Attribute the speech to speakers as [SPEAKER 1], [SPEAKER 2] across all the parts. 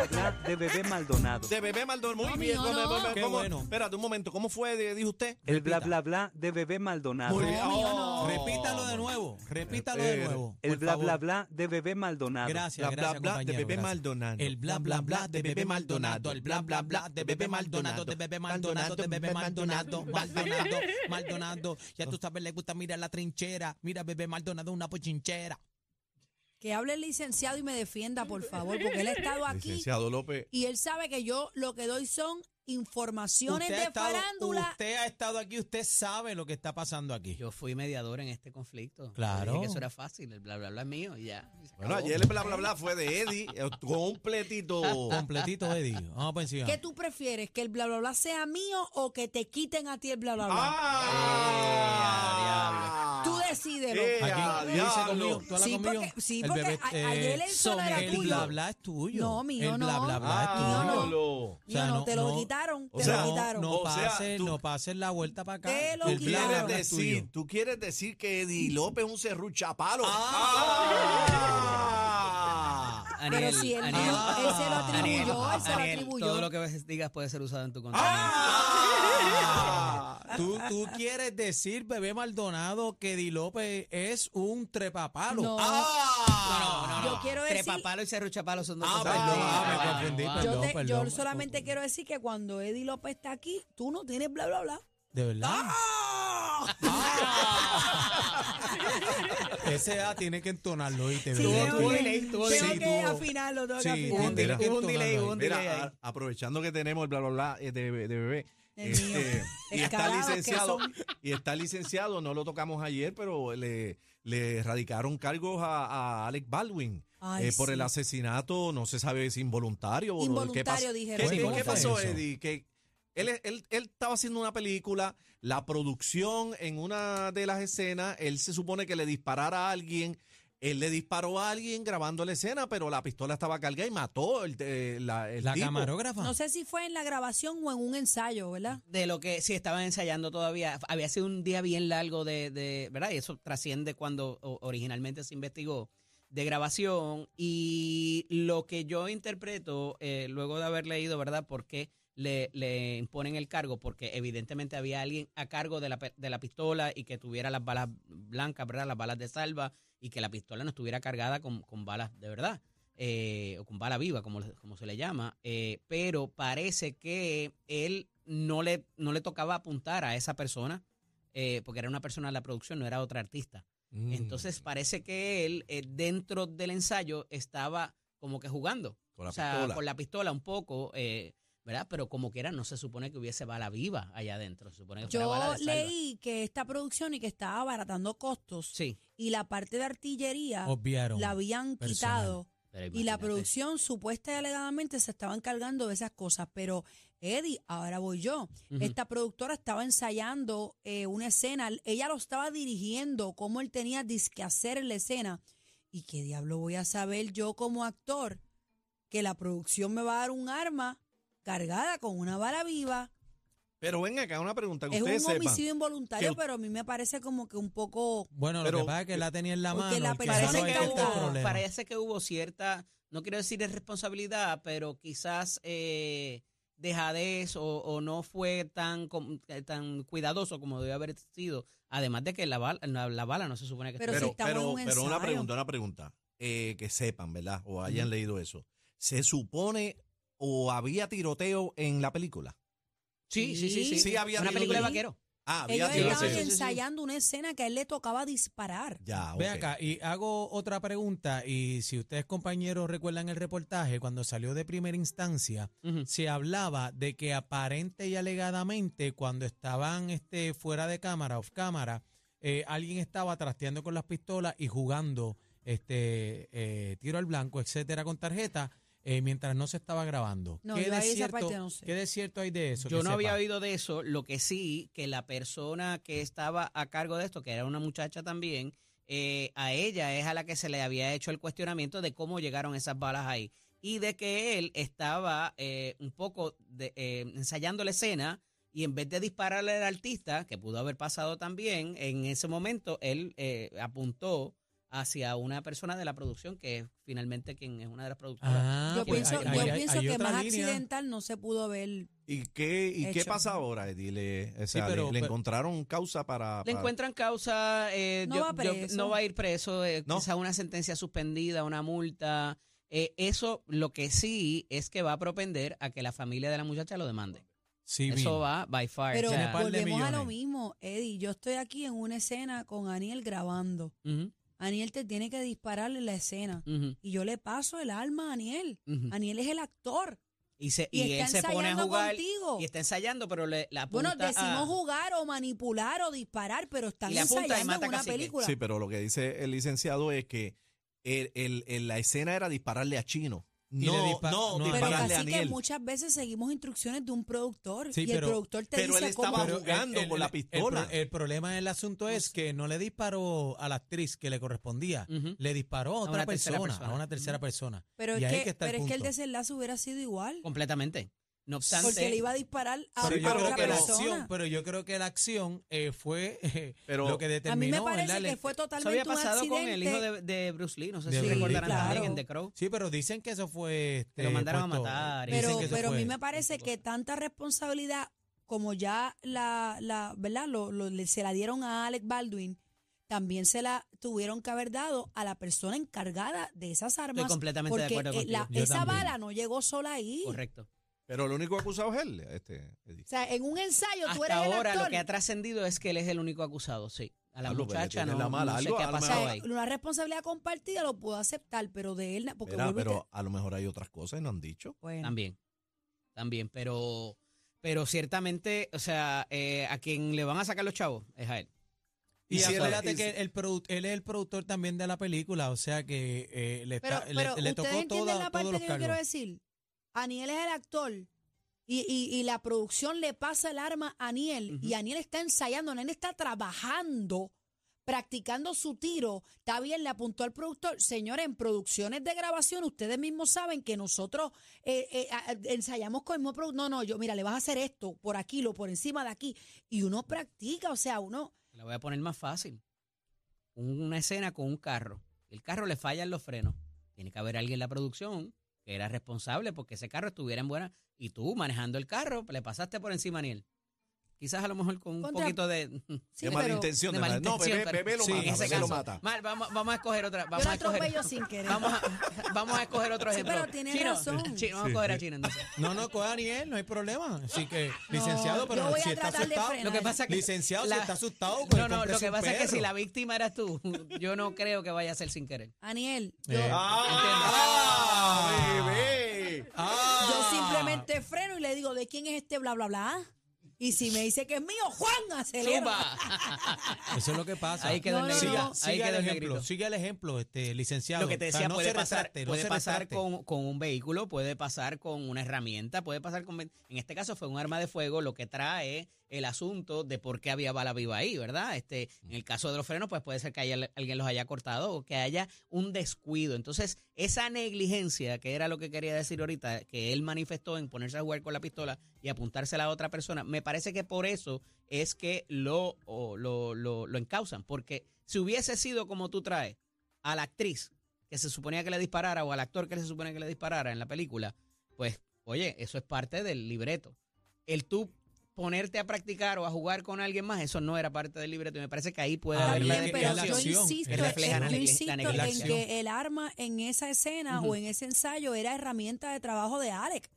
[SPEAKER 1] Hablar de bebé Maldonado.
[SPEAKER 2] De bebé Maldonado. Muy bien.
[SPEAKER 3] no,
[SPEAKER 2] ¿cómo-
[SPEAKER 3] no.
[SPEAKER 2] cómo-
[SPEAKER 3] Qué
[SPEAKER 2] cómo-
[SPEAKER 3] bueno.
[SPEAKER 2] Espérate un momento. ¿Cómo fue, de- dijo usted?
[SPEAKER 1] El bla bla bla de bebé Maldonado.
[SPEAKER 2] Muy bien.
[SPEAKER 3] No, mío,
[SPEAKER 2] Oh.
[SPEAKER 3] no. Repítalo de nuevo, repítalo de nuevo.
[SPEAKER 1] El
[SPEAKER 3] por
[SPEAKER 1] bla
[SPEAKER 3] favor.
[SPEAKER 1] bla bla de bebé Maldonado.
[SPEAKER 3] Gracias,
[SPEAKER 2] La bla,
[SPEAKER 3] gracias,
[SPEAKER 2] bla de
[SPEAKER 3] compañero,
[SPEAKER 2] Bebé
[SPEAKER 3] gracias.
[SPEAKER 2] Maldonado.
[SPEAKER 3] El bla bla bla de bebé Maldonado. El bla bla bla de bebé Maldonado. De bebé Maldonado. De bebé Maldonado. Maldonado. Maldonado. Ya tú sabes, le gusta mirar la trinchera. Mira, bebé Maldonado, una pochinchera.
[SPEAKER 4] Que hable el licenciado y me defienda, por favor, porque él ha estado aquí
[SPEAKER 2] Licenciado López.
[SPEAKER 4] y él sabe que yo lo que doy son informaciones
[SPEAKER 3] Usted ha
[SPEAKER 4] de
[SPEAKER 3] estado-
[SPEAKER 4] farándula.
[SPEAKER 3] Usted ha estado aquí, usted sabe lo que está pasando aquí.
[SPEAKER 5] Yo fui mediador en este conflicto.
[SPEAKER 3] Claro.
[SPEAKER 5] Yo dije que eso era fácil, el bla, bla, bla es mío y ya. y se
[SPEAKER 2] Bueno,
[SPEAKER 5] acabó.
[SPEAKER 2] ayer el bla bla bla fue de Eddie. eh, Completito.
[SPEAKER 3] Completito, Eddie. Vamos por encima.
[SPEAKER 4] ¿Qué tú prefieres? ¿Que el bla bla bla sea mío o que te quiten a ti el bla bla bla?
[SPEAKER 3] Eh,
[SPEAKER 2] ¡Ah!
[SPEAKER 4] Tú decídelo.
[SPEAKER 2] Eh,
[SPEAKER 3] Aquí,
[SPEAKER 2] a
[SPEAKER 3] tú dices
[SPEAKER 2] diablo.
[SPEAKER 3] conmigo, tú hablas
[SPEAKER 4] Sí,
[SPEAKER 3] conmigo.
[SPEAKER 4] porque- sí,
[SPEAKER 3] El
[SPEAKER 4] porque
[SPEAKER 3] bebé, eh,
[SPEAKER 4] a- ayer el sol era
[SPEAKER 3] el
[SPEAKER 4] tuyo.
[SPEAKER 3] bla bla es tuyo.
[SPEAKER 4] No, mío
[SPEAKER 3] el bla
[SPEAKER 4] no.
[SPEAKER 3] bla bla
[SPEAKER 4] Ah,
[SPEAKER 3] es tuyo.
[SPEAKER 4] mío no.
[SPEAKER 2] diablo.
[SPEAKER 3] O sea,
[SPEAKER 4] no,
[SPEAKER 3] no,
[SPEAKER 4] te lo
[SPEAKER 3] no.
[SPEAKER 4] quitaron,
[SPEAKER 2] O
[SPEAKER 4] te
[SPEAKER 2] sea,
[SPEAKER 4] lo
[SPEAKER 3] no,
[SPEAKER 4] quitaron.
[SPEAKER 3] No
[SPEAKER 2] O sea,
[SPEAKER 3] pases,
[SPEAKER 2] tú-
[SPEAKER 3] no pases la vuelta para acá.
[SPEAKER 4] Te lo
[SPEAKER 3] el
[SPEAKER 2] ¿Tú
[SPEAKER 3] bla, bla,
[SPEAKER 2] quieres
[SPEAKER 4] quitaron.
[SPEAKER 3] bla es tuyo.
[SPEAKER 2] decir, tú quieres decir que Eddie López es un serruchapalo. ¡Ah!
[SPEAKER 5] Aniel,
[SPEAKER 4] si él-
[SPEAKER 5] Aniel,
[SPEAKER 3] ah, él se lo
[SPEAKER 4] atribuyó, él se lo
[SPEAKER 5] Aniel,
[SPEAKER 4] atribuyó.
[SPEAKER 5] Todo lo que ves- digas puede ser usado en tu contenido.
[SPEAKER 2] ¡Ah!
[SPEAKER 3] Tú, tú quieres decir, bebé Maldonado, que Di López es un trepapalo.
[SPEAKER 4] No.
[SPEAKER 3] Ah.
[SPEAKER 5] No, no,
[SPEAKER 4] Yo
[SPEAKER 5] no.
[SPEAKER 4] quiero decir-
[SPEAKER 5] Trepapalo y serruchapalo son dos
[SPEAKER 2] Ah,
[SPEAKER 5] cosas
[SPEAKER 2] perdón,
[SPEAKER 5] distintas.
[SPEAKER 2] ah, me
[SPEAKER 5] No,
[SPEAKER 3] confundí,
[SPEAKER 4] yo,
[SPEAKER 5] ah,
[SPEAKER 3] perdón,
[SPEAKER 4] te- yo
[SPEAKER 3] perdón.
[SPEAKER 4] solamente quiero decir que cuando Eddie López está aquí, tú no tienes bla bla bla.
[SPEAKER 3] ¿De verdad?
[SPEAKER 2] Ah.
[SPEAKER 4] Ah.
[SPEAKER 3] Ese A tiene que entonarlo y te
[SPEAKER 4] Sí,
[SPEAKER 5] Tuvo-
[SPEAKER 4] tengo
[SPEAKER 5] tuvo
[SPEAKER 4] que-
[SPEAKER 5] delay, tuvo
[SPEAKER 4] tengo
[SPEAKER 5] delay,
[SPEAKER 4] que afinarlo, tengo
[SPEAKER 3] Sí,
[SPEAKER 4] que
[SPEAKER 3] tuvo
[SPEAKER 4] afinarlo.
[SPEAKER 3] un delay,
[SPEAKER 5] Hubo un delay, hubo un
[SPEAKER 3] entonarlo ahí.
[SPEAKER 5] delay.
[SPEAKER 2] Mira, a- aprovechando que tenemos el bla bla bla eh, de, de bebé. este,
[SPEAKER 4] El mío.
[SPEAKER 2] y está
[SPEAKER 4] Escaladas que
[SPEAKER 2] licenciado,
[SPEAKER 4] son.
[SPEAKER 2] y está licenciado, no lo tocamos ayer, pero le, le radicaron cargos a, a Alec Baldwin
[SPEAKER 4] Ay,
[SPEAKER 2] eh, por
[SPEAKER 4] sí.
[SPEAKER 2] el asesinato, no se sabe si involuntario o
[SPEAKER 4] Involuntario,
[SPEAKER 2] qué pasó.
[SPEAKER 4] dijeron.
[SPEAKER 2] ¿Qué- qué-
[SPEAKER 3] ¿Cómo
[SPEAKER 2] qué
[SPEAKER 3] fue
[SPEAKER 2] pasó,
[SPEAKER 3] eso?
[SPEAKER 2] Eddie? Que él, él, él estaba haciendo una película, la producción en una de las escenas, él se supone que le disparara a alguien, él le disparó a alguien grabando la escena, pero la pistola estaba cargada y mató el, eh, la, el
[SPEAKER 3] La
[SPEAKER 2] tipo.
[SPEAKER 3] camarógrafa.
[SPEAKER 4] No sé si fue en la grabación o en un ensayo, ¿verdad?
[SPEAKER 5] de lo que sí estaban ensayando todavía. Había sido un día bien largo de, de- ¿verdad? Y eso trasciende cuando o- originalmente se investigó de grabación. Y lo que yo interpreto, eh, luego de haber leído, ¿verdad? ¿Por qué le, le imponen el cargo? Porque evidentemente había alguien a cargo de la, pe- de la pistola y que tuviera las balas blancas, ¿verdad? Las balas de salva y que la pistola no estuviera cargada con, con balas de verdad eh, o con bala viva, como, como se le llama, eh, pero parece que él no le, no le tocaba apuntar a esa persona, eh, porque era una persona de la producción, no era otra artista.
[SPEAKER 2] Mm.
[SPEAKER 5] Entonces parece que él eh, dentro del ensayo estaba como que jugando,
[SPEAKER 2] Con la
[SPEAKER 5] o sea,
[SPEAKER 2] pistola.
[SPEAKER 5] con la pistola un poco, eh, ¿verdad? Pero como quiera, no se supone que hubiese bala viva allá adentro, se supone que fuera bala
[SPEAKER 4] Yo
[SPEAKER 5] de salva.
[SPEAKER 4] leí que esta producción y que estaba abaratando costos
[SPEAKER 5] Sí,
[SPEAKER 4] y la parte de artillería
[SPEAKER 3] Obviaron.
[SPEAKER 4] la habían
[SPEAKER 3] personal.
[SPEAKER 4] quitado
[SPEAKER 5] pero
[SPEAKER 4] y la
[SPEAKER 5] imagínate.
[SPEAKER 4] producción supuesta y alegadamente se estaba encargando de esas cosas. Pero, Eddie, ahora voy yo.
[SPEAKER 5] Ujú.
[SPEAKER 4] Esta productora estaba ensayando eh, una escena, ella lo estaba dirigiendo, cómo él tenía disque que hacer en la escena. ¿Y qué diablo voy a saber yo como actor que la producción me va a dar un arma cargada con una bala viva?
[SPEAKER 2] Pero ven acá, una pregunta que
[SPEAKER 4] Es un
[SPEAKER 2] ustedes sepan.
[SPEAKER 4] homicidio involuntario,
[SPEAKER 2] que-
[SPEAKER 4] pero a mí me parece como que un poco...
[SPEAKER 3] Bueno, lo
[SPEAKER 2] Pero-
[SPEAKER 3] que pasa es que la tenía en la
[SPEAKER 4] Porque
[SPEAKER 3] mano.
[SPEAKER 4] la
[SPEAKER 3] el que
[SPEAKER 4] persona
[SPEAKER 3] hizo
[SPEAKER 5] Parece
[SPEAKER 4] no
[SPEAKER 5] que,
[SPEAKER 3] este
[SPEAKER 4] está
[SPEAKER 5] hubo,
[SPEAKER 3] problema.
[SPEAKER 5] parece que hubo cierta, no quiero decir irresponsabilidad, pero quizás eh, dejadez o, o no fue tan, com- eh, tan cuidadoso como debió haber sido. Además de que la bala, la, la bala no se supone que
[SPEAKER 4] Pero
[SPEAKER 5] estuviera-
[SPEAKER 4] si estamos en un
[SPEAKER 2] pero una
[SPEAKER 4] ensayo.
[SPEAKER 2] pregunta, una pregunta. eh, que sepan, ¿verdad? O hayan leído eso. ¿Se supone o había tiroteo en la película?
[SPEAKER 5] sí, sí, sí, sí.
[SPEAKER 2] Sí, había
[SPEAKER 5] Una
[SPEAKER 2] tiroteo.
[SPEAKER 5] película de vaquero.
[SPEAKER 2] Ah, había
[SPEAKER 4] Ellos
[SPEAKER 5] sí,
[SPEAKER 2] tiroteo.
[SPEAKER 4] estaban
[SPEAKER 5] sí, sí, sí.
[SPEAKER 4] ensayando una escena que a él le tocaba disparar.
[SPEAKER 2] Ya,
[SPEAKER 3] Ve
[SPEAKER 2] Ah, ok.
[SPEAKER 3] acá, y hago otra pregunta, y si ustedes compañeros recuerdan el reportaje, cuando salió de primera instancia,
[SPEAKER 5] Ujú.
[SPEAKER 3] se hablaba de que aparente y alegadamente cuando estaban este, fuera de cámara, off cámara, eh, alguien estaba trasteando con las pistolas y jugando este eh, tiro al blanco, etcétera, con tarjeta, eh, mientras no se estaba grabando.
[SPEAKER 4] No,
[SPEAKER 3] ¿Qué,
[SPEAKER 4] yo
[SPEAKER 3] de
[SPEAKER 4] ahí esa
[SPEAKER 3] cierto,
[SPEAKER 4] parte no sé.
[SPEAKER 3] ¿Qué de cierto hay de eso?
[SPEAKER 5] Yo
[SPEAKER 3] que
[SPEAKER 5] no había
[SPEAKER 3] sepa?
[SPEAKER 5] oído de eso, lo que sí, que la persona que estaba a cargo de esto, que era una muchacha también, eh, a ella es a la que se le había hecho el cuestionamiento de cómo llegaron esas balas ahí. y de que él estaba eh, un poco de- eh, ensayando la escena y en vez de dispararle al artista, que pudo haber pasado también, en ese momento él eh, apuntó hacia una persona de la producción que es finalmente quien es una de las productoras.
[SPEAKER 3] Ah,
[SPEAKER 4] yo
[SPEAKER 3] pues,
[SPEAKER 4] pienso,
[SPEAKER 3] ahí-
[SPEAKER 4] yo
[SPEAKER 3] ahí hay-
[SPEAKER 4] pienso
[SPEAKER 3] hay
[SPEAKER 4] que
[SPEAKER 3] otra
[SPEAKER 4] más
[SPEAKER 3] línea.
[SPEAKER 4] accidental no se pudo ver.
[SPEAKER 2] ¿Y qué, y qué
[SPEAKER 4] Hecho.
[SPEAKER 2] pasa ahora, Eddie? Le, o sea, le-
[SPEAKER 3] pero- pues
[SPEAKER 2] le,
[SPEAKER 3] pero-
[SPEAKER 2] encontraron causa para...
[SPEAKER 5] Le
[SPEAKER 2] para-
[SPEAKER 5] encuentran causa, eh,
[SPEAKER 4] No
[SPEAKER 5] yo-
[SPEAKER 4] va
[SPEAKER 5] yo-
[SPEAKER 4] preso.
[SPEAKER 5] no va a ir preso, eh,
[SPEAKER 2] No.
[SPEAKER 5] quizá una sentencia suspendida, una multa. Eh, eso lo que sí es que va a propender a que la familia de la muchacha lo demande.
[SPEAKER 3] Sí,
[SPEAKER 5] Eso
[SPEAKER 3] bien.
[SPEAKER 5] va by far.
[SPEAKER 4] Pero
[SPEAKER 5] o sea,
[SPEAKER 3] par de
[SPEAKER 4] volvemos a lo
[SPEAKER 3] millones.
[SPEAKER 4] mismo, Eddie. Yo estoy aquí en una escena con Aniel grabando.
[SPEAKER 5] ujú,
[SPEAKER 4] Aniel te tiene que dispararle en la escena.
[SPEAKER 5] ujú,
[SPEAKER 4] Y yo le paso el alma a Aniel.
[SPEAKER 5] ujú.
[SPEAKER 4] Aniel es el actor.
[SPEAKER 5] Y, se,
[SPEAKER 4] Ah, Y,
[SPEAKER 5] y él
[SPEAKER 4] está
[SPEAKER 5] se pone a
[SPEAKER 4] ensayando
[SPEAKER 5] jugar
[SPEAKER 4] contigo.
[SPEAKER 5] y está ensayando, pero le, la apunta
[SPEAKER 4] Bueno, decimos
[SPEAKER 5] a-
[SPEAKER 4] jugar o manipular o disparar, pero están
[SPEAKER 5] Y le apunta y
[SPEAKER 4] ensayando en
[SPEAKER 5] mata
[SPEAKER 4] una
[SPEAKER 5] cacique.
[SPEAKER 4] película.
[SPEAKER 2] Sí, pero lo que dice el licenciado es que el- el- el- la escena era dispararle a Chino.
[SPEAKER 3] Y
[SPEAKER 2] No,
[SPEAKER 3] le dispa-
[SPEAKER 2] no,
[SPEAKER 3] no a-
[SPEAKER 4] pero
[SPEAKER 2] dispararle a
[SPEAKER 4] así que
[SPEAKER 2] Aniel.
[SPEAKER 4] muchas veces seguimos instrucciones de un productor
[SPEAKER 3] Sí,
[SPEAKER 4] y
[SPEAKER 3] pero-
[SPEAKER 4] el productor te
[SPEAKER 2] pero él
[SPEAKER 4] dice
[SPEAKER 2] estaba
[SPEAKER 4] cómo.
[SPEAKER 3] Pero
[SPEAKER 2] jugando con la pistola.
[SPEAKER 3] El, pro- el problema del asunto es que no le disparó a la actriz que le correspondía,
[SPEAKER 4] Mm.
[SPEAKER 5] Ujú.
[SPEAKER 3] le disparó a otra
[SPEAKER 5] una tercera
[SPEAKER 3] persona,
[SPEAKER 5] persona.
[SPEAKER 3] a una tercera persona.
[SPEAKER 4] Pero, es
[SPEAKER 3] y ahí
[SPEAKER 4] que,
[SPEAKER 3] que está el
[SPEAKER 4] pero es que el
[SPEAKER 3] punto.
[SPEAKER 4] desenlace hubiera sido igual.
[SPEAKER 5] completamente. No obstante,
[SPEAKER 4] Porque le iba a disparar a
[SPEAKER 3] Pero,
[SPEAKER 2] Sí,
[SPEAKER 3] yo
[SPEAKER 4] otra
[SPEAKER 2] pero-
[SPEAKER 3] creo que la
[SPEAKER 4] persona.
[SPEAKER 3] acción, pero yo creo que la acción eh, fue eh,
[SPEAKER 2] Pero-
[SPEAKER 3] lo que
[SPEAKER 4] a mí
[SPEAKER 3] determinó.
[SPEAKER 4] me parece
[SPEAKER 3] ¿verdad?
[SPEAKER 4] que
[SPEAKER 3] Le-
[SPEAKER 4] fue
[SPEAKER 5] eso había
[SPEAKER 4] totalmente un
[SPEAKER 5] pasado
[SPEAKER 4] accidente.
[SPEAKER 5] con el hijo de, de Bruce Lee, no sé
[SPEAKER 3] De
[SPEAKER 5] si
[SPEAKER 3] Bruce Lee,
[SPEAKER 5] recordarán también
[SPEAKER 4] claro.
[SPEAKER 5] en The Crow.
[SPEAKER 3] Sí, pero dicen que eso fue. Este,
[SPEAKER 5] Que lo mandaron a
[SPEAKER 3] puesto-
[SPEAKER 5] matar y-
[SPEAKER 3] dicen
[SPEAKER 4] Pero,
[SPEAKER 3] que eso
[SPEAKER 4] pero a
[SPEAKER 3] fue-
[SPEAKER 4] mí me parece que tanta responsabilidad como ya la, la ¿verdad? Lo, lo- le- se la dieron a Alec Baldwin, también se la tuvieron que haber dado a la persona encargada de esas armas.
[SPEAKER 5] completamente de
[SPEAKER 4] porque
[SPEAKER 5] acuerdo
[SPEAKER 4] eh, la-
[SPEAKER 3] contigo. Yo
[SPEAKER 4] esa
[SPEAKER 3] también.
[SPEAKER 4] bala no llegó sola ahí.
[SPEAKER 5] Correcto.
[SPEAKER 2] Pero el único acusado es él, este, Eddie.
[SPEAKER 4] O sea, en un ensayo tú eres
[SPEAKER 5] Hasta ahora
[SPEAKER 4] el
[SPEAKER 5] lo
[SPEAKER 4] actor.
[SPEAKER 5] que ha trascendido es que él es el único acusado, sí. A la
[SPEAKER 2] Pablo, Ah, pero
[SPEAKER 5] muchacha
[SPEAKER 2] tiene
[SPEAKER 5] no,
[SPEAKER 2] la mala,
[SPEAKER 5] no sé
[SPEAKER 2] algo-
[SPEAKER 5] qué ha
[SPEAKER 2] algo-
[SPEAKER 4] O
[SPEAKER 5] pasado
[SPEAKER 4] sea,
[SPEAKER 5] ahí.
[SPEAKER 4] una responsabilidad compartida lo puedo aceptar, pero de él, na- porque
[SPEAKER 2] Mira,
[SPEAKER 4] vuelvo y te-
[SPEAKER 2] pero a lo mejor hay otras cosas y no han dicho.
[SPEAKER 4] bueno.
[SPEAKER 5] También, también, pero, pero ciertamente, o sea, eh, a quien le van a sacar los chavos es a él.
[SPEAKER 3] Y
[SPEAKER 2] Y si él-
[SPEAKER 3] acuérdate
[SPEAKER 2] y si-
[SPEAKER 3] que el produ- él es el productor también de la película, o sea que eh, le,
[SPEAKER 4] Pero,
[SPEAKER 3] está- le-
[SPEAKER 4] pero
[SPEAKER 3] le
[SPEAKER 4] ustedes
[SPEAKER 3] tocó
[SPEAKER 4] entienden
[SPEAKER 3] toda-
[SPEAKER 4] la
[SPEAKER 3] todos
[SPEAKER 4] parte
[SPEAKER 3] los
[SPEAKER 4] que yo quiero
[SPEAKER 3] cargos.
[SPEAKER 4] decir. Aniel es el actor y, y- y la producción le pasa el arma a Aniel y Aniel está ensayando, Aniel está trabajando, practicando su tiro. Está bien, le apuntó al productor. Señores, en producciones de grabación ustedes mismos saben que nosotros eh, eh, a- a- ensayamos con el mismo productor. No, no, yo, mira, le vas a hacer esto por aquí, lo por encima de aquí. Y uno practica, o sea, uno...
[SPEAKER 5] Te La voy a poner más fácil. Un- Una escena con un carro. El carro le fallan los frenos. Tiene que haber alguien en la producción que era responsable porque ese carro estuviera en buena. Y tú manejando el carro, le pasaste por encima a Aniel. Quizás a lo mejor con un
[SPEAKER 4] Contra-
[SPEAKER 5] poquito de.
[SPEAKER 4] Sí,
[SPEAKER 2] es
[SPEAKER 4] pero
[SPEAKER 2] mala intención.
[SPEAKER 5] de
[SPEAKER 2] de mala- No,
[SPEAKER 5] malintención,
[SPEAKER 2] bebé,
[SPEAKER 5] pero-
[SPEAKER 2] bebé lo
[SPEAKER 3] Sí,
[SPEAKER 2] mata.
[SPEAKER 3] en ese
[SPEAKER 2] bebé lo
[SPEAKER 3] caso.
[SPEAKER 2] mata.
[SPEAKER 5] Mal, vamos, vamos a escoger otra. Vamos
[SPEAKER 4] yo lo
[SPEAKER 5] a escoger.
[SPEAKER 4] atropello sin querer.
[SPEAKER 5] Vamos a, vamos a escoger otro
[SPEAKER 4] Sí,
[SPEAKER 5] ejemplo.
[SPEAKER 4] pero tiene
[SPEAKER 5] Chino,
[SPEAKER 4] razón.
[SPEAKER 5] Chino, vamos a coger a Chino. entonces.
[SPEAKER 3] No, no, coja ni él, no hay problema. Así que, licenciado, pero
[SPEAKER 4] yo voy
[SPEAKER 3] si
[SPEAKER 4] a
[SPEAKER 3] está
[SPEAKER 4] tratar de
[SPEAKER 3] asustado.
[SPEAKER 4] frenar.
[SPEAKER 5] Lo que pasa es que.
[SPEAKER 3] Licenciado, si está asustado,
[SPEAKER 2] "Oh,
[SPEAKER 3] pues,
[SPEAKER 5] No, no,
[SPEAKER 2] este
[SPEAKER 3] cómprese
[SPEAKER 5] lo que
[SPEAKER 3] un
[SPEAKER 5] pasa es que
[SPEAKER 3] perro.
[SPEAKER 5] si la víctima eras tú, yo no creo que vaya a ser sin querer.
[SPEAKER 4] Aniel, yo-
[SPEAKER 3] Eh,
[SPEAKER 2] ¡Ah, bebé!
[SPEAKER 3] Ah,
[SPEAKER 4] Yo simplemente freno y le digo, ¿de quién es este bla, bla, bla? Y si me dice que es mío, Juan, acelera.
[SPEAKER 5] ¡Zumba!
[SPEAKER 3] Eso es lo que pasa.
[SPEAKER 5] Ahí quedó
[SPEAKER 4] No,
[SPEAKER 5] el
[SPEAKER 4] no,
[SPEAKER 5] negrito.
[SPEAKER 4] no.
[SPEAKER 3] Siga,
[SPEAKER 5] Ahí
[SPEAKER 3] siga el
[SPEAKER 5] quedó el
[SPEAKER 3] ejemplo,
[SPEAKER 5] negrito.
[SPEAKER 3] siga el ejemplo, este licenciado.
[SPEAKER 5] Lo que te
[SPEAKER 3] O sea,
[SPEAKER 5] decía
[SPEAKER 3] no
[SPEAKER 5] puede
[SPEAKER 3] se
[SPEAKER 5] pasar,
[SPEAKER 3] retracte, no
[SPEAKER 5] puede
[SPEAKER 3] se
[SPEAKER 5] pasar
[SPEAKER 3] retracte.
[SPEAKER 5] con, con un vehículo, puede pasar con una herramienta, puede pasar con... En este caso fue un arma de fuego lo que trae el asunto de por qué había bala viva ahí, ¿verdad? Este, en el caso de los frenos, pues puede ser que haya- alguien los haya cortado o que haya un descuido. Entonces, esa negligencia, que era lo que quería decir ahorita, que él manifestó en ponerse a jugar con la pistola y apuntársela a otra persona, me parece que por eso es que lo, o lo, lo, lo encausan, porque si hubiese sido como tú traes a la actriz que se suponía que le disparara o al actor que se suponía que le disparara en la película, pues, oye, eso es parte del libreto. El tú ponerte a practicar o a jugar con alguien más, eso no era parte del libreto. Y me parece que ahí puede
[SPEAKER 4] Está
[SPEAKER 3] Ahí
[SPEAKER 5] haber una
[SPEAKER 3] es
[SPEAKER 4] bien,
[SPEAKER 3] que-
[SPEAKER 4] Ah, pero
[SPEAKER 3] es la
[SPEAKER 4] yo
[SPEAKER 5] desviación.
[SPEAKER 3] acción,
[SPEAKER 4] insisto,
[SPEAKER 3] es
[SPEAKER 5] la
[SPEAKER 4] en-
[SPEAKER 5] refleja la
[SPEAKER 4] yo
[SPEAKER 5] negli-
[SPEAKER 4] insisto
[SPEAKER 5] la
[SPEAKER 4] en
[SPEAKER 3] negligencia.
[SPEAKER 4] que el arma en esa escena
[SPEAKER 5] Ujú.
[SPEAKER 4] o en ese ensayo era herramienta de trabajo de Alec.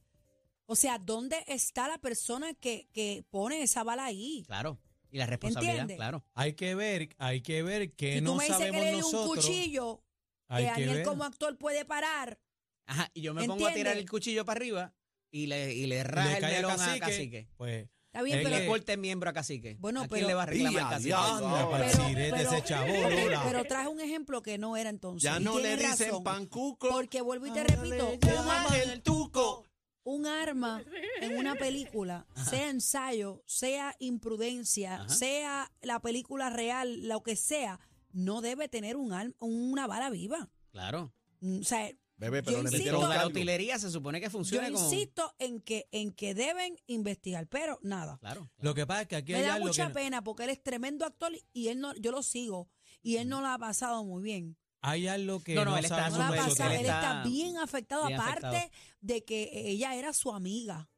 [SPEAKER 4] O sea, ¿dónde está la persona que, que pone esa bala ahí?
[SPEAKER 5] Claro. Y la responsabilidad,
[SPEAKER 4] ¿Entiendes?
[SPEAKER 5] claro.
[SPEAKER 3] Hay que ver, hay que ver que
[SPEAKER 4] si tú
[SPEAKER 3] no
[SPEAKER 4] me dices que
[SPEAKER 3] sabemos
[SPEAKER 4] le dio un
[SPEAKER 3] nosotros.
[SPEAKER 4] cuchillo,
[SPEAKER 3] hay
[SPEAKER 4] que
[SPEAKER 3] que
[SPEAKER 4] Daniel
[SPEAKER 3] ver.
[SPEAKER 4] como actor puede parar,
[SPEAKER 5] Ajá, y yo me pongo a tirar
[SPEAKER 4] ¿Entiendes?
[SPEAKER 5] el cuchillo para arriba y le, y le
[SPEAKER 3] Y
[SPEAKER 5] raja
[SPEAKER 3] le
[SPEAKER 5] el
[SPEAKER 3] cae a
[SPEAKER 5] melón a
[SPEAKER 3] Cacique,
[SPEAKER 5] cacique.
[SPEAKER 3] Pues,
[SPEAKER 4] está bien,
[SPEAKER 3] Es
[SPEAKER 5] Que
[SPEAKER 4] pero...
[SPEAKER 5] le corte el miembro a cacique.
[SPEAKER 4] Bueno,
[SPEAKER 5] ¿A quién
[SPEAKER 4] pero-
[SPEAKER 5] le va a reclamar
[SPEAKER 2] ¡Ya,
[SPEAKER 5] cacique?
[SPEAKER 2] diablo!
[SPEAKER 3] anda,
[SPEAKER 2] Pero-
[SPEAKER 3] pa'l
[SPEAKER 4] pero,
[SPEAKER 3] sirete
[SPEAKER 4] pero-
[SPEAKER 3] ese chavo,
[SPEAKER 4] pero,
[SPEAKER 3] Lola.
[SPEAKER 4] pero traje un ejemplo que no era entonces.
[SPEAKER 2] Ya
[SPEAKER 4] Y
[SPEAKER 2] no le
[SPEAKER 4] tienes
[SPEAKER 2] dicen
[SPEAKER 4] razón,
[SPEAKER 2] pancuco.
[SPEAKER 4] Porque vuelvo y te
[SPEAKER 2] ahora
[SPEAKER 4] repito,
[SPEAKER 2] le
[SPEAKER 4] un
[SPEAKER 2] llaman
[SPEAKER 4] ar-
[SPEAKER 2] el tuco.
[SPEAKER 4] un arma en una película, sea ensayo, sea imprudencia,
[SPEAKER 5] Ajá.
[SPEAKER 4] sea la película real, lo que sea, no debe tener un arma, una bala viva.
[SPEAKER 5] Claro.
[SPEAKER 4] Mm, O sea,
[SPEAKER 2] Bebé,
[SPEAKER 4] Yo
[SPEAKER 2] pero le
[SPEAKER 4] insisto-
[SPEAKER 2] metieron
[SPEAKER 5] Toda la
[SPEAKER 2] cargo.
[SPEAKER 5] utilería se supone que
[SPEAKER 4] Yo
[SPEAKER 5] funciona como.
[SPEAKER 4] insisto en que, en que deben investigar, pero nada.
[SPEAKER 5] Claro.
[SPEAKER 3] Lo que pasa es que aquí
[SPEAKER 4] Me
[SPEAKER 3] hay
[SPEAKER 4] da
[SPEAKER 3] algo
[SPEAKER 4] mucha
[SPEAKER 3] que,
[SPEAKER 4] pena porque él es tremendo actor y él no, yo lo sigo y él no la ha pasado muy bien.
[SPEAKER 3] hay algo que
[SPEAKER 5] No,
[SPEAKER 3] no,
[SPEAKER 5] no, él está
[SPEAKER 4] No la ha
[SPEAKER 5] súper-
[SPEAKER 3] sabemos
[SPEAKER 4] pasado,
[SPEAKER 3] nosotros.
[SPEAKER 4] él está
[SPEAKER 5] está
[SPEAKER 4] bien afectado,
[SPEAKER 5] bien
[SPEAKER 4] aparte
[SPEAKER 5] afectado.
[SPEAKER 4] de que ella era su amiga.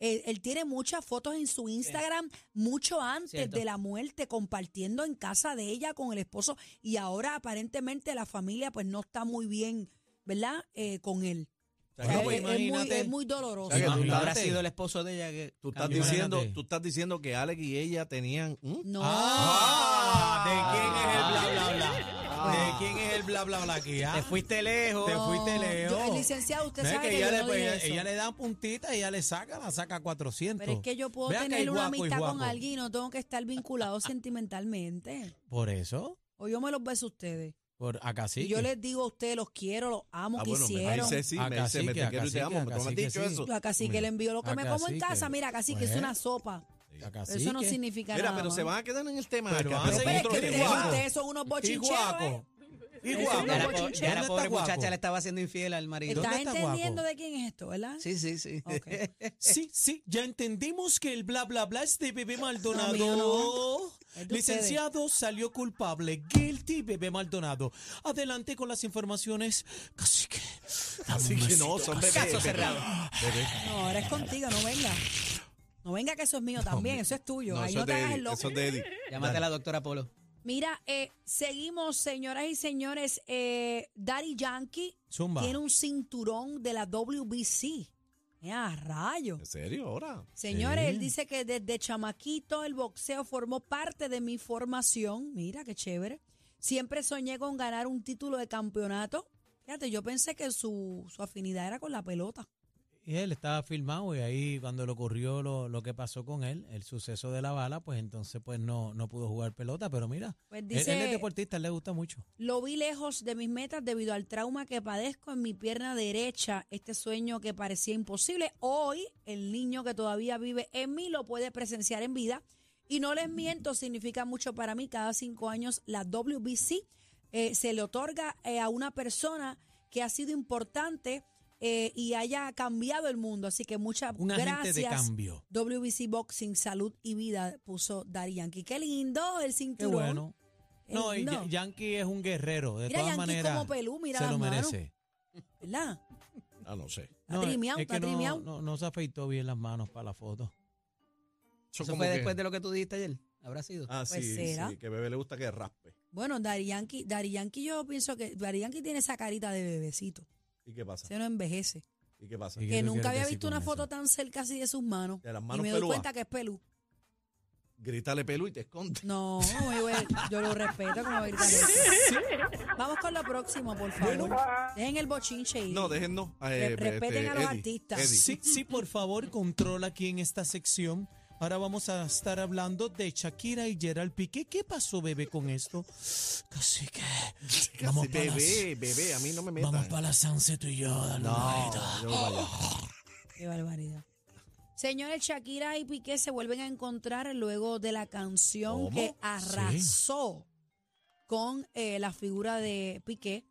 [SPEAKER 4] Él, él tiene muchas fotos en su Instagram mucho antes
[SPEAKER 5] Cierto.
[SPEAKER 4] de la muerte, compartiendo en casa de ella con el esposo y ahora aparentemente la familia pues no está muy bien, ¿verdad? Eh, con él.
[SPEAKER 2] O sea,
[SPEAKER 4] Es-
[SPEAKER 2] que tú-
[SPEAKER 4] es, muy-
[SPEAKER 3] pues, imagínate.
[SPEAKER 4] es muy doloroso.
[SPEAKER 2] O sea, que tú
[SPEAKER 5] No
[SPEAKER 3] Imagínate.
[SPEAKER 5] habrá sido el esposo de ella que.
[SPEAKER 2] tú estás
[SPEAKER 3] Cambio.
[SPEAKER 2] diciendo,
[SPEAKER 3] Imagínate.
[SPEAKER 2] tú estás diciendo que Alex y ella tenían. ¿Mm?
[SPEAKER 4] No.
[SPEAKER 3] Ah, ¿de quién es el bla bla
[SPEAKER 2] Ah.
[SPEAKER 3] bla? ¿De quién es el bla bla bla aquí? ah?
[SPEAKER 5] Te fuiste lejos.
[SPEAKER 3] Te fuiste lejos.
[SPEAKER 4] Yo- licenciado, usted
[SPEAKER 3] No es
[SPEAKER 4] sabe que,
[SPEAKER 3] ella,
[SPEAKER 4] yo
[SPEAKER 3] le,
[SPEAKER 4] no
[SPEAKER 3] pues,
[SPEAKER 4] dije
[SPEAKER 3] ella-
[SPEAKER 4] eso.
[SPEAKER 3] ella le da puntita y ella le saca, la saca a 400.
[SPEAKER 4] Pero es que yo puedo
[SPEAKER 3] Ve acá,
[SPEAKER 4] tener
[SPEAKER 3] y
[SPEAKER 4] una
[SPEAKER 3] guapo, y
[SPEAKER 4] amistad con
[SPEAKER 3] guapo.
[SPEAKER 4] alguien y no tengo que estar vinculado sentimentalmente.
[SPEAKER 3] Por eso,
[SPEAKER 4] O yo me los beso a ustedes.
[SPEAKER 3] por acá sí.
[SPEAKER 4] y yo
[SPEAKER 3] que-
[SPEAKER 4] les digo a ustedes, los quiero, los amo,
[SPEAKER 2] Ah, bueno, me
[SPEAKER 4] quisieron.
[SPEAKER 2] dice sí,
[SPEAKER 3] A
[SPEAKER 2] me dice, me
[SPEAKER 3] cacique,
[SPEAKER 2] te
[SPEAKER 3] a
[SPEAKER 2] quiero y te
[SPEAKER 3] cacique,
[SPEAKER 2] amo,
[SPEAKER 3] a
[SPEAKER 2] pero no me has
[SPEAKER 3] cacique,
[SPEAKER 2] dicho
[SPEAKER 3] sí.
[SPEAKER 2] eso.
[SPEAKER 4] yo acá sí que le envío lo que
[SPEAKER 3] A
[SPEAKER 4] me como en
[SPEAKER 3] cacique.
[SPEAKER 4] casa. Mira, acá sí que es
[SPEAKER 3] Pues,
[SPEAKER 4] una sopa.
[SPEAKER 3] acá sí
[SPEAKER 4] Eso no
[SPEAKER 3] que-
[SPEAKER 4] significa
[SPEAKER 2] Mira,
[SPEAKER 4] nada.
[SPEAKER 2] pero se
[SPEAKER 4] más.
[SPEAKER 2] van a quedar en el tema.
[SPEAKER 3] Pero
[SPEAKER 2] acá.
[SPEAKER 3] van a
[SPEAKER 4] Pero
[SPEAKER 3] seguir
[SPEAKER 4] es que
[SPEAKER 3] otro
[SPEAKER 4] ustedes,
[SPEAKER 3] tema.
[SPEAKER 4] ustedes son unos
[SPEAKER 3] Y
[SPEAKER 4] bochincheros. ¿eh?
[SPEAKER 3] guaco. Y
[SPEAKER 4] Eso
[SPEAKER 3] guaco.
[SPEAKER 4] no
[SPEAKER 5] Ya la,
[SPEAKER 4] Guapo,
[SPEAKER 5] po- ya la
[SPEAKER 3] ¿Dónde
[SPEAKER 5] pobre
[SPEAKER 3] está guapo?
[SPEAKER 5] muchacha le estaba haciendo infiel al marido.
[SPEAKER 4] ¿Estás
[SPEAKER 3] está guaco?
[SPEAKER 4] entendiendo de quién es esto, verdad?
[SPEAKER 5] Sí, sí, sí.
[SPEAKER 4] Ok.
[SPEAKER 3] Sí, sí, ya entendimos que el bla bla bla es de Bebé Maldonado.
[SPEAKER 4] No, mío no. Es de
[SPEAKER 3] Licenciado salió culpable, guilty Bebé Maldonado. Adelante con las informaciones. Casi que.
[SPEAKER 2] Así que no, son bebés.
[SPEAKER 5] Caso
[SPEAKER 2] bebés.
[SPEAKER 5] cerrado.
[SPEAKER 2] Bebés.
[SPEAKER 4] No, ahora es contigo, no venga. No venga que eso es mío también, eso es tuyo.
[SPEAKER 2] No,
[SPEAKER 4] Ahí
[SPEAKER 2] eso
[SPEAKER 4] no
[SPEAKER 2] es
[SPEAKER 4] te
[SPEAKER 2] de
[SPEAKER 4] hagas el
[SPEAKER 2] Eddie,
[SPEAKER 4] loco.
[SPEAKER 2] eso es de Eddie.
[SPEAKER 5] Llámate a la doctora Polo.
[SPEAKER 4] Mira, eh, seguimos, señoras y señores. Eh, Daddy Yankee
[SPEAKER 3] Zumba.
[SPEAKER 4] tiene un cinturón de la WBC. ¡Ah, rayo!
[SPEAKER 2] ¿En serio ahora?
[SPEAKER 4] Señores,
[SPEAKER 3] Sí.
[SPEAKER 4] él dice que desde chamaquito el boxeo formó parte de mi formación. Mira, qué chévere. Siempre soñé con ganar un título de campeonato. Fíjate, yo pensé que su, su afinidad era con la pelota.
[SPEAKER 3] Y él estaba filmado y ahí cuando le ocurrió lo, lo que pasó con él, el suceso de la bala, pues entonces pues no, no pudo jugar pelota, pero mira,
[SPEAKER 4] Pues
[SPEAKER 3] él-
[SPEAKER 4] dice-
[SPEAKER 3] él, es deportista, él le gusta mucho.
[SPEAKER 4] Lo vi lejos de mis metas debido al trauma que padezco en mi pierna derecha. Este sueño que parecía imposible, hoy el niño que todavía vive en mí lo puede presenciar en vida. Y no les miento, significa mucho para mí. Cada cinco años la WBC eh, se le otorga eh, a una persona que ha sido importante eh, y haya cambiado el mundo. Así que muchas
[SPEAKER 3] Un agente de
[SPEAKER 4] gracias.
[SPEAKER 3] cambio.
[SPEAKER 4] WBC Boxing, Salud y Vida puso Dari Yankee. Qué lindo el
[SPEAKER 3] Qué
[SPEAKER 4] cinturón.
[SPEAKER 3] bueno.
[SPEAKER 4] Qué
[SPEAKER 3] No, y
[SPEAKER 4] lindo.
[SPEAKER 3] Ya- Yankee es un guerrero, de
[SPEAKER 4] Eh, Mira,
[SPEAKER 3] todas
[SPEAKER 4] Yankee
[SPEAKER 3] maneras.
[SPEAKER 4] como pelú, mira
[SPEAKER 3] se
[SPEAKER 4] las
[SPEAKER 3] lo
[SPEAKER 4] manos.
[SPEAKER 3] merece.
[SPEAKER 4] ¿Verdad?
[SPEAKER 2] Ah, no sé.
[SPEAKER 4] Está trimeado,
[SPEAKER 3] es que
[SPEAKER 4] está
[SPEAKER 3] no,
[SPEAKER 4] trimeado.
[SPEAKER 3] no, no se afeitó bien las manos para la foto.
[SPEAKER 2] Eso
[SPEAKER 5] Eso
[SPEAKER 2] como
[SPEAKER 5] fue
[SPEAKER 2] que-
[SPEAKER 5] después de lo que tú dijiste ayer. Habrá sido.
[SPEAKER 2] Ah,
[SPEAKER 4] Pues
[SPEAKER 2] sí,
[SPEAKER 4] será.
[SPEAKER 2] sí, que bebé le gusta que raspe.
[SPEAKER 4] Bueno, Dari Yankee, Daddy Yankee, yo pienso que Dari Yankee tiene esa carita de bebecito.
[SPEAKER 2] ¿Y qué pasa?
[SPEAKER 4] Se no envejece.
[SPEAKER 2] ¿Y qué pasa?
[SPEAKER 3] ¿Y qué
[SPEAKER 4] Que
[SPEAKER 3] tú
[SPEAKER 4] nunca
[SPEAKER 3] quieres
[SPEAKER 4] había
[SPEAKER 3] decir
[SPEAKER 4] visto
[SPEAKER 3] con
[SPEAKER 4] una
[SPEAKER 3] eso?
[SPEAKER 4] foto tan cerca así de sus manos.
[SPEAKER 2] De las
[SPEAKER 4] y
[SPEAKER 2] manos
[SPEAKER 4] me doy
[SPEAKER 2] pelúas.
[SPEAKER 4] cuenta que es pelú.
[SPEAKER 2] Grítale pelo y te esconde.
[SPEAKER 4] No, yo, yo lo respeto como gritan eso. Vamos con lo próximo, por favor. Dejen el bochinche ir.
[SPEAKER 2] No, déjennos.
[SPEAKER 4] Re- respeten a los artistas.
[SPEAKER 3] Sí, sí, por favor, controla aquí en esta sección. Ahora vamos a estar hablando de Shakira y Gerald Piqué. ¿Qué pasó, bebé, con esto? Casi que. Vamos para las,
[SPEAKER 2] bebé, bebé, a mí no me metas.
[SPEAKER 3] vamos pa' la Sunset tú y yo. dale una
[SPEAKER 2] No,
[SPEAKER 3] bajita.
[SPEAKER 2] yo voy para allá.
[SPEAKER 4] Qué barbaridad. Señores, Shakira y Piqué se vuelven a encontrar luego de la canción
[SPEAKER 2] ¿Cómo?
[SPEAKER 4] que arrasó con eh, la figura de Piqué.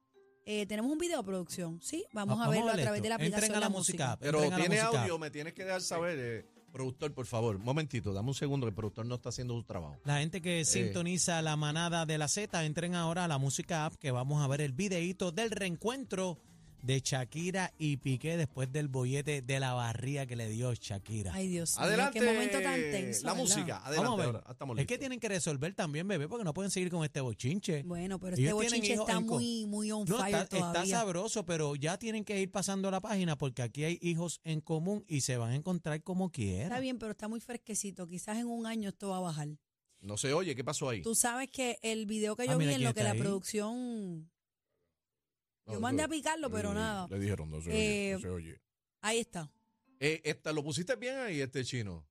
[SPEAKER 4] Eh, tenemos un video producción, ¿sí? Vamos a verlo a,
[SPEAKER 3] ver
[SPEAKER 4] través de la
[SPEAKER 3] esto.
[SPEAKER 4] aplicación
[SPEAKER 3] Entren a la música.
[SPEAKER 2] Pero
[SPEAKER 3] entren a la
[SPEAKER 2] tiene
[SPEAKER 3] música.
[SPEAKER 2] audio, me tienes que dar saber, eh, productor, por favor. Un momentito, dame un segundo, que el productor no está haciendo su trabajo.
[SPEAKER 3] La gente que sintoniza la manada de la Z, entren ahora a la música app que vamos a ver el videíto del reencuentro de Shakira y Piqué después del bollete de la barría que le dio Shakira.
[SPEAKER 4] Ay, Dios mío,
[SPEAKER 2] Adelante.
[SPEAKER 4] qué momento tan tenso.
[SPEAKER 2] La
[SPEAKER 4] ¿verdad?
[SPEAKER 2] música, adelante.
[SPEAKER 3] Vamos a ver.
[SPEAKER 2] ahora, estamos
[SPEAKER 3] es que
[SPEAKER 2] listos.
[SPEAKER 3] tienen que resolver también, bebé, porque no pueden seguir con este bochinche.
[SPEAKER 4] Bueno, pero
[SPEAKER 3] Ellos
[SPEAKER 4] este
[SPEAKER 3] tienen
[SPEAKER 4] bochinche
[SPEAKER 3] hijos
[SPEAKER 4] está
[SPEAKER 3] en co-
[SPEAKER 4] muy, muy on
[SPEAKER 3] No,
[SPEAKER 4] fire
[SPEAKER 3] está, está
[SPEAKER 4] todavía.
[SPEAKER 3] sabroso, pero ya tienen que ir pasando la página porque aquí hay hijos en común y se van a encontrar como
[SPEAKER 4] Está
[SPEAKER 3] quieran.
[SPEAKER 4] bien, pero está muy fresquecito. Quizás en un año esto va a bajar.
[SPEAKER 2] No se oye, ¿qué pasó ahí?
[SPEAKER 4] Tú sabes que el video que yo
[SPEAKER 3] Ah,
[SPEAKER 4] vi
[SPEAKER 3] mira
[SPEAKER 4] en
[SPEAKER 3] quién
[SPEAKER 4] lo que la
[SPEAKER 3] está ahí.
[SPEAKER 4] producción...
[SPEAKER 2] No,
[SPEAKER 4] Yo mandé
[SPEAKER 2] no,
[SPEAKER 4] a picarlo, pero
[SPEAKER 2] no,
[SPEAKER 4] nada.
[SPEAKER 2] Le dijeron, no se
[SPEAKER 4] Eh,
[SPEAKER 2] oye, no se oye.
[SPEAKER 4] Ahí está.
[SPEAKER 2] Eh, esta, lo pusiste bien ahí, este chino.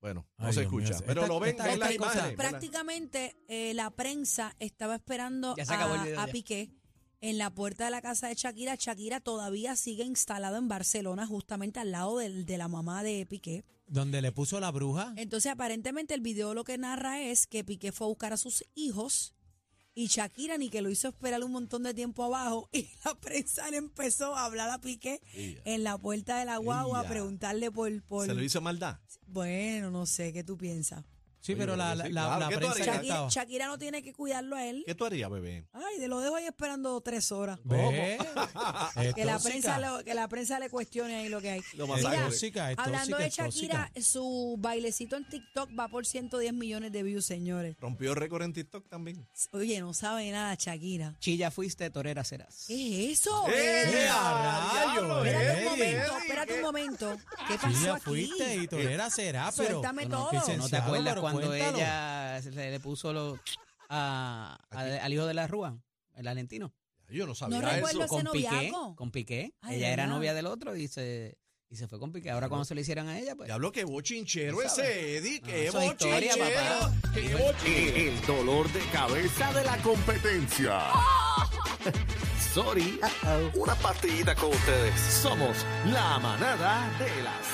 [SPEAKER 2] Bueno, no
[SPEAKER 3] Ay,
[SPEAKER 2] se
[SPEAKER 3] Dios mío,
[SPEAKER 2] escucha.
[SPEAKER 3] esta-
[SPEAKER 2] pero lo ven,
[SPEAKER 3] esta-
[SPEAKER 2] ven
[SPEAKER 3] esta
[SPEAKER 2] las
[SPEAKER 3] cosa-
[SPEAKER 2] imágenes. ven las-
[SPEAKER 4] Prácticamente eh, la prensa estaba esperando
[SPEAKER 5] Ya se acabó el video
[SPEAKER 4] a, a
[SPEAKER 5] ya.
[SPEAKER 4] Piqué en la puerta de la casa de Shakira. Shakira todavía sigue instalado en Barcelona, justamente al lado del- de la mamá de Piqué.
[SPEAKER 3] Donde le puso la bruja.
[SPEAKER 4] Entonces, aparentemente, el video lo que narra es que Piqué fue a buscar a sus hijos Y Shakira ni que lo hizo esperar un montón de tiempo abajo y la prensa le empezó a hablar a Piqué en la puerta de la guagua a
[SPEAKER 2] Ya.
[SPEAKER 4] preguntarle por... por
[SPEAKER 2] Se lo hizo maldad.
[SPEAKER 4] Bueno, no sé, ¿qué tú piensas?
[SPEAKER 3] Sí,
[SPEAKER 2] Oye,
[SPEAKER 3] pero
[SPEAKER 2] pero
[SPEAKER 3] la,
[SPEAKER 2] que
[SPEAKER 3] la,
[SPEAKER 2] sí,
[SPEAKER 3] la-
[SPEAKER 2] claro,
[SPEAKER 3] la
[SPEAKER 2] ¿qué tú
[SPEAKER 3] prensa
[SPEAKER 2] harías?
[SPEAKER 3] ya
[SPEAKER 2] Aquí-
[SPEAKER 4] Shakira,
[SPEAKER 3] estaba.
[SPEAKER 4] Shakira no tiene que cuidarlo a él.
[SPEAKER 2] ¿Qué tú harías, bebé?
[SPEAKER 4] Ay, de lo dejo ahí esperando tres horas.
[SPEAKER 3] Ve, es
[SPEAKER 4] Que la,
[SPEAKER 3] tóxica.
[SPEAKER 4] prensa lo- que la prensa le cuestione ahí lo que hay.
[SPEAKER 2] Lo
[SPEAKER 3] Es
[SPEAKER 4] Mira,
[SPEAKER 2] masacre.
[SPEAKER 3] tóxica, es
[SPEAKER 4] Hablando
[SPEAKER 3] tóxica,
[SPEAKER 4] de
[SPEAKER 3] es tóxica.
[SPEAKER 4] Shakira, su bailecito en TikTok va por 110 millones de views, señores.
[SPEAKER 2] Rompió récord en TikTok también.
[SPEAKER 4] Oye, no sabe nada Shakira.
[SPEAKER 5] Chilla fuiste, torera serás.
[SPEAKER 4] ¿Qué es eso?
[SPEAKER 3] ¡Eh,
[SPEAKER 4] Espérate
[SPEAKER 3] a
[SPEAKER 2] diablo,
[SPEAKER 3] rayos,
[SPEAKER 4] un
[SPEAKER 3] Eddie!
[SPEAKER 4] momento, espérate un momento. ¿Qué
[SPEAKER 3] eh! Sí,
[SPEAKER 4] pasó
[SPEAKER 3] ya
[SPEAKER 4] aquí?
[SPEAKER 3] fuiste y torera será, pero.
[SPEAKER 4] Suéltame
[SPEAKER 5] No, no,
[SPEAKER 4] todo.
[SPEAKER 3] que
[SPEAKER 5] ¿No te
[SPEAKER 3] Claro,
[SPEAKER 5] acuerdas
[SPEAKER 3] pero
[SPEAKER 5] cuando
[SPEAKER 3] cuéntalo.
[SPEAKER 5] ella se le, le puso lo, a, a- al hijo de la Rúa, el argentino?
[SPEAKER 2] Yo no sabía
[SPEAKER 4] No recuerdo
[SPEAKER 2] eso.
[SPEAKER 4] ese
[SPEAKER 5] Con Piqué,
[SPEAKER 4] noviazgo.
[SPEAKER 5] con Piqué.
[SPEAKER 4] Ay,
[SPEAKER 5] ella
[SPEAKER 4] de
[SPEAKER 5] era
[SPEAKER 4] verdad.
[SPEAKER 5] novia del otro y se, y se fue con Piqué. Ahora cuando se lo hicieran a ella, pues...
[SPEAKER 2] Diablo, qué bochinchero
[SPEAKER 5] ¿Tú sabes?
[SPEAKER 2] ese, Eddie.
[SPEAKER 5] No,
[SPEAKER 2] Qué
[SPEAKER 5] eso es historia,
[SPEAKER 2] bochinchero.
[SPEAKER 5] papá.
[SPEAKER 2] Qué
[SPEAKER 5] Bueno.
[SPEAKER 2] bochinchero.
[SPEAKER 6] El dolor de cabeza de la competencia. Sorry. Una partidita con ustedes. Somos la manada de la Z.